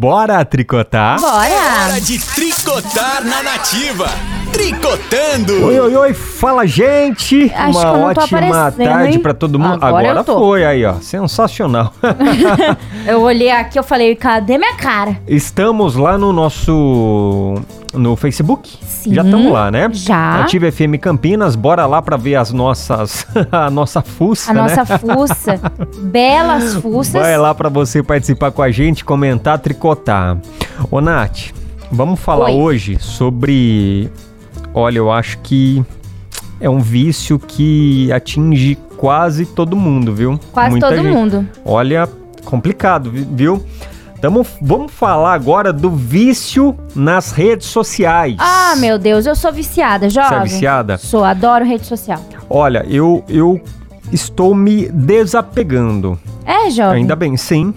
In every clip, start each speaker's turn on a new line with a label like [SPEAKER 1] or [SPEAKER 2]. [SPEAKER 1] Bora tricotar?
[SPEAKER 2] Bora!
[SPEAKER 3] Hora de tricotar na nativa. Tricotando.
[SPEAKER 1] Oi, oi, oi, fala gente!
[SPEAKER 2] Acho
[SPEAKER 1] Uma
[SPEAKER 2] que eu não tô
[SPEAKER 1] ótima
[SPEAKER 2] aparecendo,
[SPEAKER 1] tarde
[SPEAKER 2] hein?
[SPEAKER 1] pra todo mundo.
[SPEAKER 2] Agora eu tô.
[SPEAKER 1] foi aí, ó, sensacional.
[SPEAKER 2] Eu olhei aqui, eu falei, cadê minha cara?
[SPEAKER 1] Estamos lá no nosso no Facebook.
[SPEAKER 2] Sim.
[SPEAKER 1] Já estamos lá, né?
[SPEAKER 2] Já.
[SPEAKER 1] Ativa FM Campinas, bora lá pra ver as nossas a nossa fuça,
[SPEAKER 2] A
[SPEAKER 1] né?
[SPEAKER 2] nossa fuça. Belas fuças.
[SPEAKER 1] Vai lá pra você participar com a gente, comentar, tricotar. Ô, Nath, vamos falar
[SPEAKER 2] Oi.
[SPEAKER 1] hoje sobre. Olha, eu acho que é um vício que atinge quase todo mundo, viu?
[SPEAKER 2] Quase
[SPEAKER 1] Muita
[SPEAKER 2] todo
[SPEAKER 1] gente.
[SPEAKER 2] mundo.
[SPEAKER 1] Olha, complicado, vi- viu? Tamo, vamos falar agora do vício nas redes sociais.
[SPEAKER 2] Ah, meu Deus, eu sou viciada,
[SPEAKER 1] Você é
[SPEAKER 2] jovem.
[SPEAKER 1] viciada?
[SPEAKER 2] Sou, adoro rede social.
[SPEAKER 1] Olha, eu, eu estou me desapegando.
[SPEAKER 2] É, jovem?
[SPEAKER 1] Ainda bem, sim.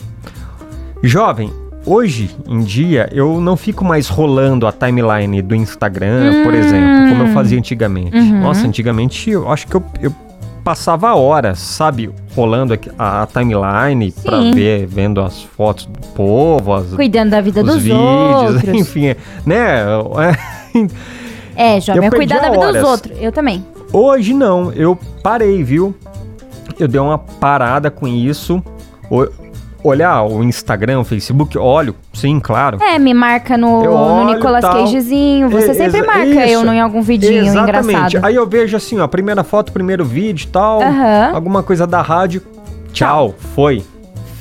[SPEAKER 1] Jovem, hoje em dia eu não fico mais rolando a timeline do Instagram, por
[SPEAKER 2] Hum.
[SPEAKER 1] exemplo, como eu fazia antigamente.
[SPEAKER 2] Uhum.
[SPEAKER 1] Nossa, antigamente eu acho que eu, eu passava horas, sabe, rolando aqui a, a timeline pra
[SPEAKER 2] Sim.
[SPEAKER 1] ver, vendo as fotos do povo, as,
[SPEAKER 2] Cuidando da vida
[SPEAKER 1] os
[SPEAKER 2] dos
[SPEAKER 1] vídeos,
[SPEAKER 2] outros.
[SPEAKER 1] enfim, é- né? É,
[SPEAKER 2] É, jovem,
[SPEAKER 1] Eu
[SPEAKER 2] é
[SPEAKER 1] perdi
[SPEAKER 2] cuidar da vida
[SPEAKER 1] horas.
[SPEAKER 2] dos outros. Eu também.
[SPEAKER 1] Hoje não, eu parei, viu? Eu dei uma parada com isso. O- olhar o Instagram, o Facebook, olho, sim, claro.
[SPEAKER 2] É, me marca no,
[SPEAKER 1] Eu
[SPEAKER 2] no
[SPEAKER 1] olho,
[SPEAKER 2] Nicolas
[SPEAKER 1] tal.
[SPEAKER 2] Cagezinho. Você
[SPEAKER 1] E-
[SPEAKER 2] sempre
[SPEAKER 1] exa-
[SPEAKER 2] marca
[SPEAKER 1] isso.
[SPEAKER 2] eu no- em algum vidinho
[SPEAKER 1] Exatamente.
[SPEAKER 2] engraçado.
[SPEAKER 1] Aí eu vejo assim, ó, primeira foto, primeiro vídeo e tal,
[SPEAKER 2] Aham.
[SPEAKER 1] alguma coisa da rádio. Tchau, foi.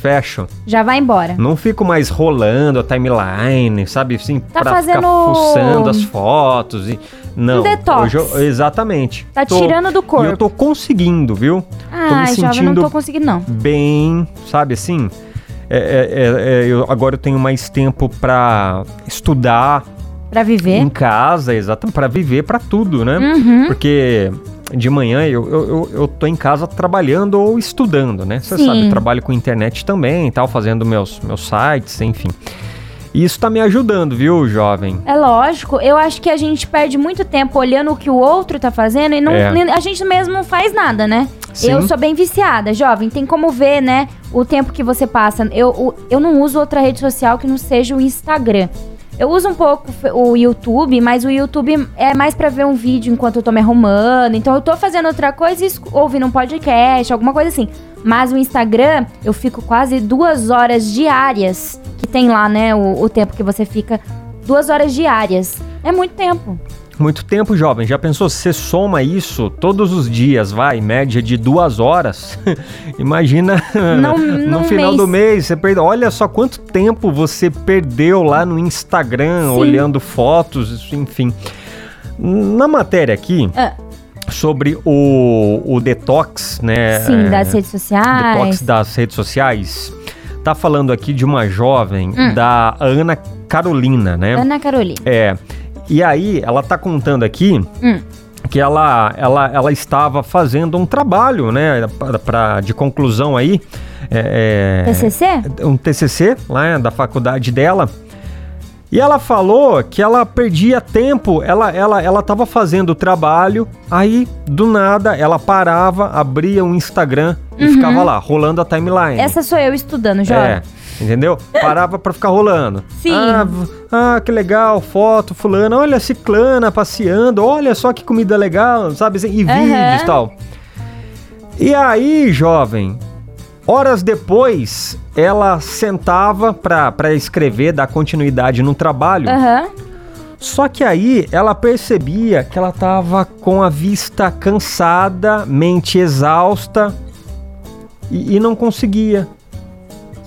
[SPEAKER 1] Fecho.
[SPEAKER 2] Já vai embora.
[SPEAKER 1] Não fico mais rolando a timeline, sabe? Assim,
[SPEAKER 2] Tá fazendo-
[SPEAKER 1] ficar
[SPEAKER 2] um
[SPEAKER 1] fuçando as fotos e... Não.
[SPEAKER 2] detox.
[SPEAKER 1] hoje eu- exatamente.
[SPEAKER 2] Tá
[SPEAKER 1] Tô-
[SPEAKER 2] tirando
[SPEAKER 1] E
[SPEAKER 2] do
[SPEAKER 1] eu
[SPEAKER 2] corpo.
[SPEAKER 1] tô conseguindo, viu?
[SPEAKER 2] Ah, jovem, não
[SPEAKER 1] sentindo
[SPEAKER 2] tô conseguindo, não.
[SPEAKER 1] bem, sabe assim? É, é, é, é, eu, agora eu tenho mais tempo pra estudar
[SPEAKER 2] Pra viver.
[SPEAKER 1] em casa, exato, pra viver, pra tudo, né?
[SPEAKER 2] É? Uhum.
[SPEAKER 1] Porque de manhã eu, eu, eu, eu tô em casa trabalhando ou estudando, né? Você
[SPEAKER 2] Sim.
[SPEAKER 1] sabe, eu trabalho com internet também e tal, fazendo meus, meus sites, enfim. E isso tá me ajudando, viu, jovem?
[SPEAKER 2] É lógico, eu acho que a gente perde muito tempo olhando o que o outro tá fazendo e não,
[SPEAKER 1] É.
[SPEAKER 2] nem- a gente mesmo não faz nada, né?
[SPEAKER 1] Sim.
[SPEAKER 2] Eu sou bem viciada, jovem, tem como ver, né, o tempo que você passa. Eu, o- eu não uso outra rede social que não seja o Instagram. Eu uso um pouco fe- o YouTube, mas o YouTube é mais pra ver um vídeo enquanto eu tô me arrumando. Então eu tô fazendo outra coisa e escu- ouvindo um podcast, alguma coisa assim. Mas o Instagram, eu fico quase duas horas diárias, que tem lá, né, o, o tempo que você fica. Duas horas diárias. É muito tempo.
[SPEAKER 1] Muito tempo, jovem. Já pensou se você soma isso todos os dias, vai, média de duas horas? Imagina
[SPEAKER 2] Não-
[SPEAKER 1] no
[SPEAKER 2] num
[SPEAKER 1] final
[SPEAKER 2] mês.
[SPEAKER 1] do mês, você perdeu. Olha só quanto tempo você perdeu lá no Instagram,
[SPEAKER 2] Sim.
[SPEAKER 1] olhando fotos, enfim. Na matéria aqui,
[SPEAKER 2] Ah.
[SPEAKER 1] sobre o, o detox, né?
[SPEAKER 2] Sim, das redes sociais.
[SPEAKER 1] detox das redes sociais, tá falando aqui de uma jovem,
[SPEAKER 2] Hum.
[SPEAKER 1] da Ana Carolina, né?
[SPEAKER 2] Ana Carolina.
[SPEAKER 1] É. E aí, ela tá contando aqui
[SPEAKER 2] Hum.
[SPEAKER 1] que ela, ela, ela estava fazendo um trabalho, né, pra, pra- de conclusão aí, é, é,
[SPEAKER 2] TCC?
[SPEAKER 1] um TCC lá né, da faculdade dela. E ela falou que ela perdia tempo, ela ela ela tava fazendo o trabalho, aí do nada ela parava, abria o Instagram e ficava lá rolando a timeline.
[SPEAKER 2] Uhum. Essa sou eu estudando, jovem.
[SPEAKER 1] É, entendeu? Parava pra ficar rolando.
[SPEAKER 2] Sim.
[SPEAKER 1] Ah, v- ah, que legal, foto, fulana, olha ciclana passeando, olha só que comida legal, sabe? assim, E
[SPEAKER 2] Aham.
[SPEAKER 1] vídeos e tal. E aí, jovem, horas depois, ela sentava pra, pra escrever, dar continuidade no trabalho.
[SPEAKER 2] Aham.
[SPEAKER 1] Só que aí ela percebia que ela tava com a vista cansada, mente exausta e- e não conseguia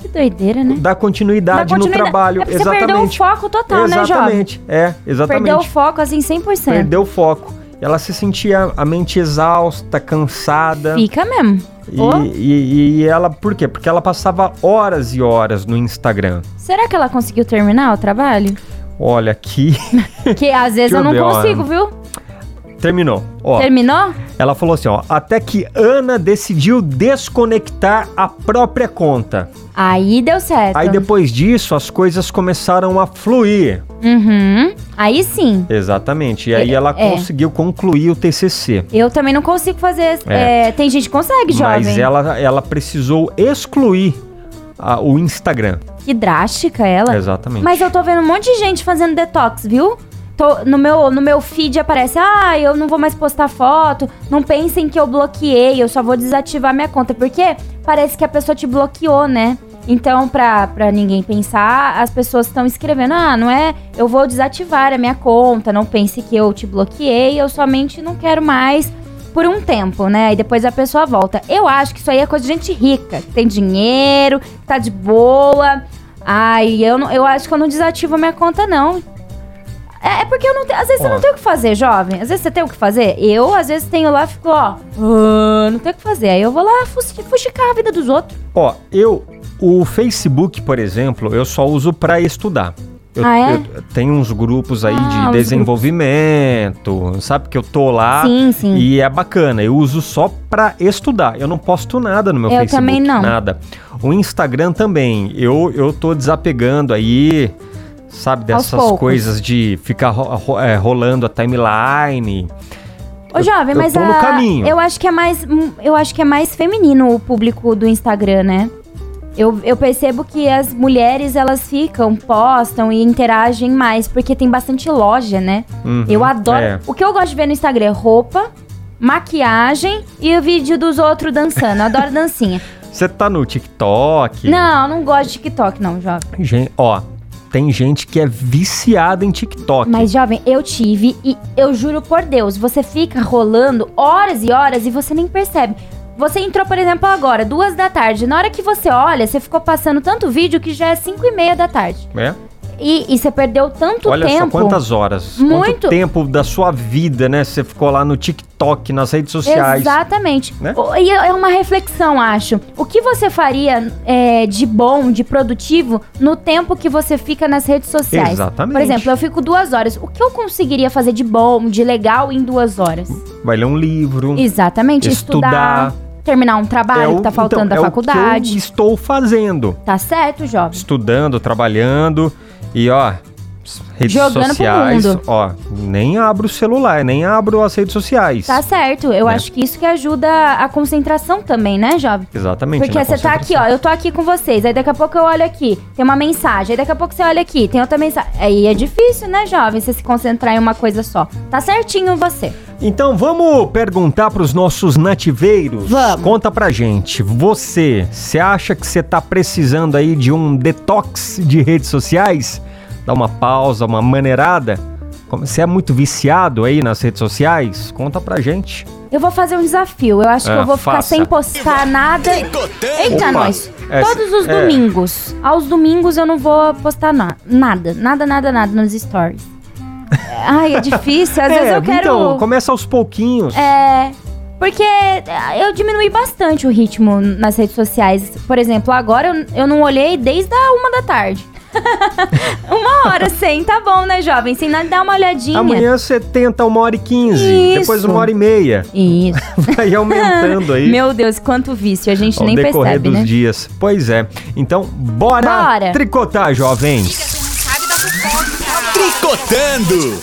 [SPEAKER 2] Que doideira, né?
[SPEAKER 1] dá continuidade,
[SPEAKER 2] Dá
[SPEAKER 1] no trabalho.
[SPEAKER 2] É porque você perdeu o
[SPEAKER 1] exatamente.
[SPEAKER 2] foco total, né, jovem?
[SPEAKER 1] exatamente. É, exatamente.
[SPEAKER 2] Perdeu o foco, assim, 100%.
[SPEAKER 1] Perdeu o foco. Ela se sentia a mente exausta, cansada.
[SPEAKER 2] Fica mesmo.
[SPEAKER 1] E,
[SPEAKER 2] Ô.
[SPEAKER 1] e- e ela, por quê? Porque ela passava horas e horas no Instagram.
[SPEAKER 2] Será que ela conseguiu terminar o trabalho?
[SPEAKER 1] Olha aqui.
[SPEAKER 2] Que às vezes
[SPEAKER 1] Que
[SPEAKER 2] eu não
[SPEAKER 1] odeio,
[SPEAKER 2] consigo,
[SPEAKER 1] Ana.
[SPEAKER 2] viu?
[SPEAKER 1] Terminou. Ó,
[SPEAKER 2] Terminou?
[SPEAKER 1] ela falou assim, ó. Até que Ana decidiu desconectar a própria conta.
[SPEAKER 2] Aí deu certo.
[SPEAKER 1] Aí depois disso, as coisas começaram a fluir.
[SPEAKER 2] Uhum. Aí sim.
[SPEAKER 1] Exatamente. E aí
[SPEAKER 2] É,
[SPEAKER 1] ela
[SPEAKER 2] é.
[SPEAKER 1] conseguiu concluir o TCC.
[SPEAKER 2] Eu também não consigo fazer.
[SPEAKER 1] É.
[SPEAKER 2] é, tem gente que consegue, jovem.
[SPEAKER 1] Mas ela, ela precisou excluir a- o Instagram.
[SPEAKER 2] Que drástica ela.
[SPEAKER 1] Exatamente.
[SPEAKER 2] Mas eu tô vendo um monte de gente fazendo detox, viu? Tô- no, meu, no meu feed aparece, ah, eu não vou mais postar foto, não pensem que eu bloqueei, eu só vou desativar minha conta. Porque parece que a pessoa te bloqueou, né? Então, pra, pra ninguém pensar, as pessoas estão escrevendo, ah, não é, eu vou desativar a minha conta, não pense que eu te bloqueei, eu somente não quero mais por um tempo, né? E depois a pessoa volta. Eu acho que isso aí é coisa de gente rica, que tem dinheiro, que tá de boa. Ai, eu, não, eu acho que eu não desativo a minha conta, não. É, é porque eu não tenho. Às vezes você
[SPEAKER 1] Ó.
[SPEAKER 2] não tem o que fazer, jovem. Às vezes você tem o que fazer. Eu, às vezes, tenho lá e fico, ó, "Ah, não tenho o que fazer. Aí eu vou lá fus- fuxicar a vida dos outros.
[SPEAKER 1] Ó, eu. O Facebook, por exemplo, eu só uso pra estudar. Eu,
[SPEAKER 2] Ah, é?
[SPEAKER 1] eu- tem uns grupos aí
[SPEAKER 2] Ah, os
[SPEAKER 1] de
[SPEAKER 2] grupos.
[SPEAKER 1] desenvolvimento, sabe? Que eu tô lá
[SPEAKER 2] sim, sim.
[SPEAKER 1] e é bacana. Eu uso só pra estudar. Eu não posto nada no meu
[SPEAKER 2] Eu
[SPEAKER 1] Facebook.
[SPEAKER 2] também não.
[SPEAKER 1] Nada. O Instagram também. Eu, eu tô desapegando aí, sabe?
[SPEAKER 2] Aos
[SPEAKER 1] Dessas
[SPEAKER 2] poucos.
[SPEAKER 1] coisas de ficar ro- ro- é, rolando a timeline.
[SPEAKER 2] Ô, jovem,
[SPEAKER 1] eu
[SPEAKER 2] mas
[SPEAKER 1] tô no
[SPEAKER 2] a-
[SPEAKER 1] caminho.
[SPEAKER 2] eu acho que é mais hum, eu acho que é mais feminino o público do Instagram, né? Eu, eu percebo que as mulheres elas ficam, postam e interagem mais porque tem bastante loja, né?
[SPEAKER 1] Uhum,
[SPEAKER 2] eu adoro.
[SPEAKER 1] é.
[SPEAKER 2] O que eu gosto de ver no Instagram é roupa, maquiagem e o vídeo dos outros dançando. Eu adoro dancinha.
[SPEAKER 1] Você tá no TikTok?
[SPEAKER 2] Não, não gosto de TikTok não, jovem.
[SPEAKER 1] Gen- ó, tem gente que é viciada em TikTok.
[SPEAKER 2] Mas, jovem, eu tive e eu juro por Deus, você fica rolando horas e horas e você nem percebe. Você entrou, por exemplo, agora, duas da tarde. Na hora que você olha, você ficou passando tanto vídeo que já é cinco e meia da tarde.
[SPEAKER 1] É?
[SPEAKER 2] E, e você perdeu tanto
[SPEAKER 1] Olha
[SPEAKER 2] tempo.
[SPEAKER 1] só quantas horas, quanto
[SPEAKER 2] Muito.
[SPEAKER 1] tempo da sua vida, né? Você ficou lá no TikTok, nas redes sociais.
[SPEAKER 2] Exatamente.
[SPEAKER 1] né?
[SPEAKER 2] O- E é uma reflexão, acho. O que você faria é, de bom, de produtivo, no tempo que você fica nas redes sociais?
[SPEAKER 1] Exatamente.
[SPEAKER 2] Por exemplo, eu fico duas horas. O que eu conseguiria fazer de bom, de legal em duas horas?
[SPEAKER 1] Vai ler um livro.
[SPEAKER 2] Exatamente,
[SPEAKER 1] Estudar.
[SPEAKER 2] estudar, terminar um trabalho
[SPEAKER 1] o-
[SPEAKER 2] que tá faltando
[SPEAKER 1] então,
[SPEAKER 2] da
[SPEAKER 1] é o que eu
[SPEAKER 2] faculdade.
[SPEAKER 1] estou fazendo.
[SPEAKER 2] Tá certo, jovem?
[SPEAKER 1] Estudando, trabalhando e ó, s- redes
[SPEAKER 2] Jogando pro
[SPEAKER 1] sociais.
[SPEAKER 2] mundo.
[SPEAKER 1] Ó, nem abro o celular, nem abro as redes sociais.
[SPEAKER 2] Tá certo. Eu
[SPEAKER 1] Né?
[SPEAKER 2] acho que isso que ajuda a concentração também, né, jovem?
[SPEAKER 1] Exatamente. né?
[SPEAKER 2] Porque
[SPEAKER 1] na
[SPEAKER 2] você tá aqui,
[SPEAKER 1] é concentração.
[SPEAKER 2] ó, eu tô aqui com vocês, aí daqui a pouco eu olho aqui, tem uma mensagem, aí daqui a pouco você olha aqui, tem outra mensagem. Aí é difícil, né, jovem, você se concentrar em uma coisa só. Tá certinho você.
[SPEAKER 1] Então vamos perguntar para os nossos nativeiros.
[SPEAKER 2] Vamos.
[SPEAKER 1] Conta pra gente, você, você acha que você tá precisando aí de um detox de redes sociais? Dá uma pausa, uma maneirada? Como- Você é muito viciado aí nas redes sociais? Conta pra gente.
[SPEAKER 2] Eu vou fazer um desafio, eu acho que
[SPEAKER 1] Ah,
[SPEAKER 2] eu vou ficar
[SPEAKER 1] faça.
[SPEAKER 2] sem postar nada.
[SPEAKER 3] Tricotando.
[SPEAKER 2] Eita,
[SPEAKER 1] Opa.
[SPEAKER 2] nós.
[SPEAKER 1] É,
[SPEAKER 2] Todos os
[SPEAKER 1] é.
[SPEAKER 2] domingos. Aos domingos eu não vou postar na- nada. Nada, nada, nada nos stories. Ai, é difícil. Às vezes
[SPEAKER 1] É,
[SPEAKER 2] eu quero.
[SPEAKER 1] Então, começa aos pouquinhos.
[SPEAKER 2] É. Porque eu diminui bastante o ritmo nas redes sociais. Por exemplo, agora eu, eu não olhei desde a uma da tarde. uma hora sem, tá bom, né, jovem? Sem nada dar uma olhadinha.
[SPEAKER 1] Amanhã você tenta uma hora e quinze,
[SPEAKER 2] Isso.
[SPEAKER 1] depois uma hora e meia.
[SPEAKER 2] Isso.
[SPEAKER 1] Vai aumentando aí.
[SPEAKER 2] Meu Deus, quanto vício. A gente
[SPEAKER 1] ao
[SPEAKER 2] nem
[SPEAKER 1] decorrer
[SPEAKER 2] percebe,
[SPEAKER 1] dos
[SPEAKER 2] né?
[SPEAKER 1] dias. Pois é. Então, bora,
[SPEAKER 2] Bora.
[SPEAKER 1] tricotar, jovens.
[SPEAKER 3] Tricotando.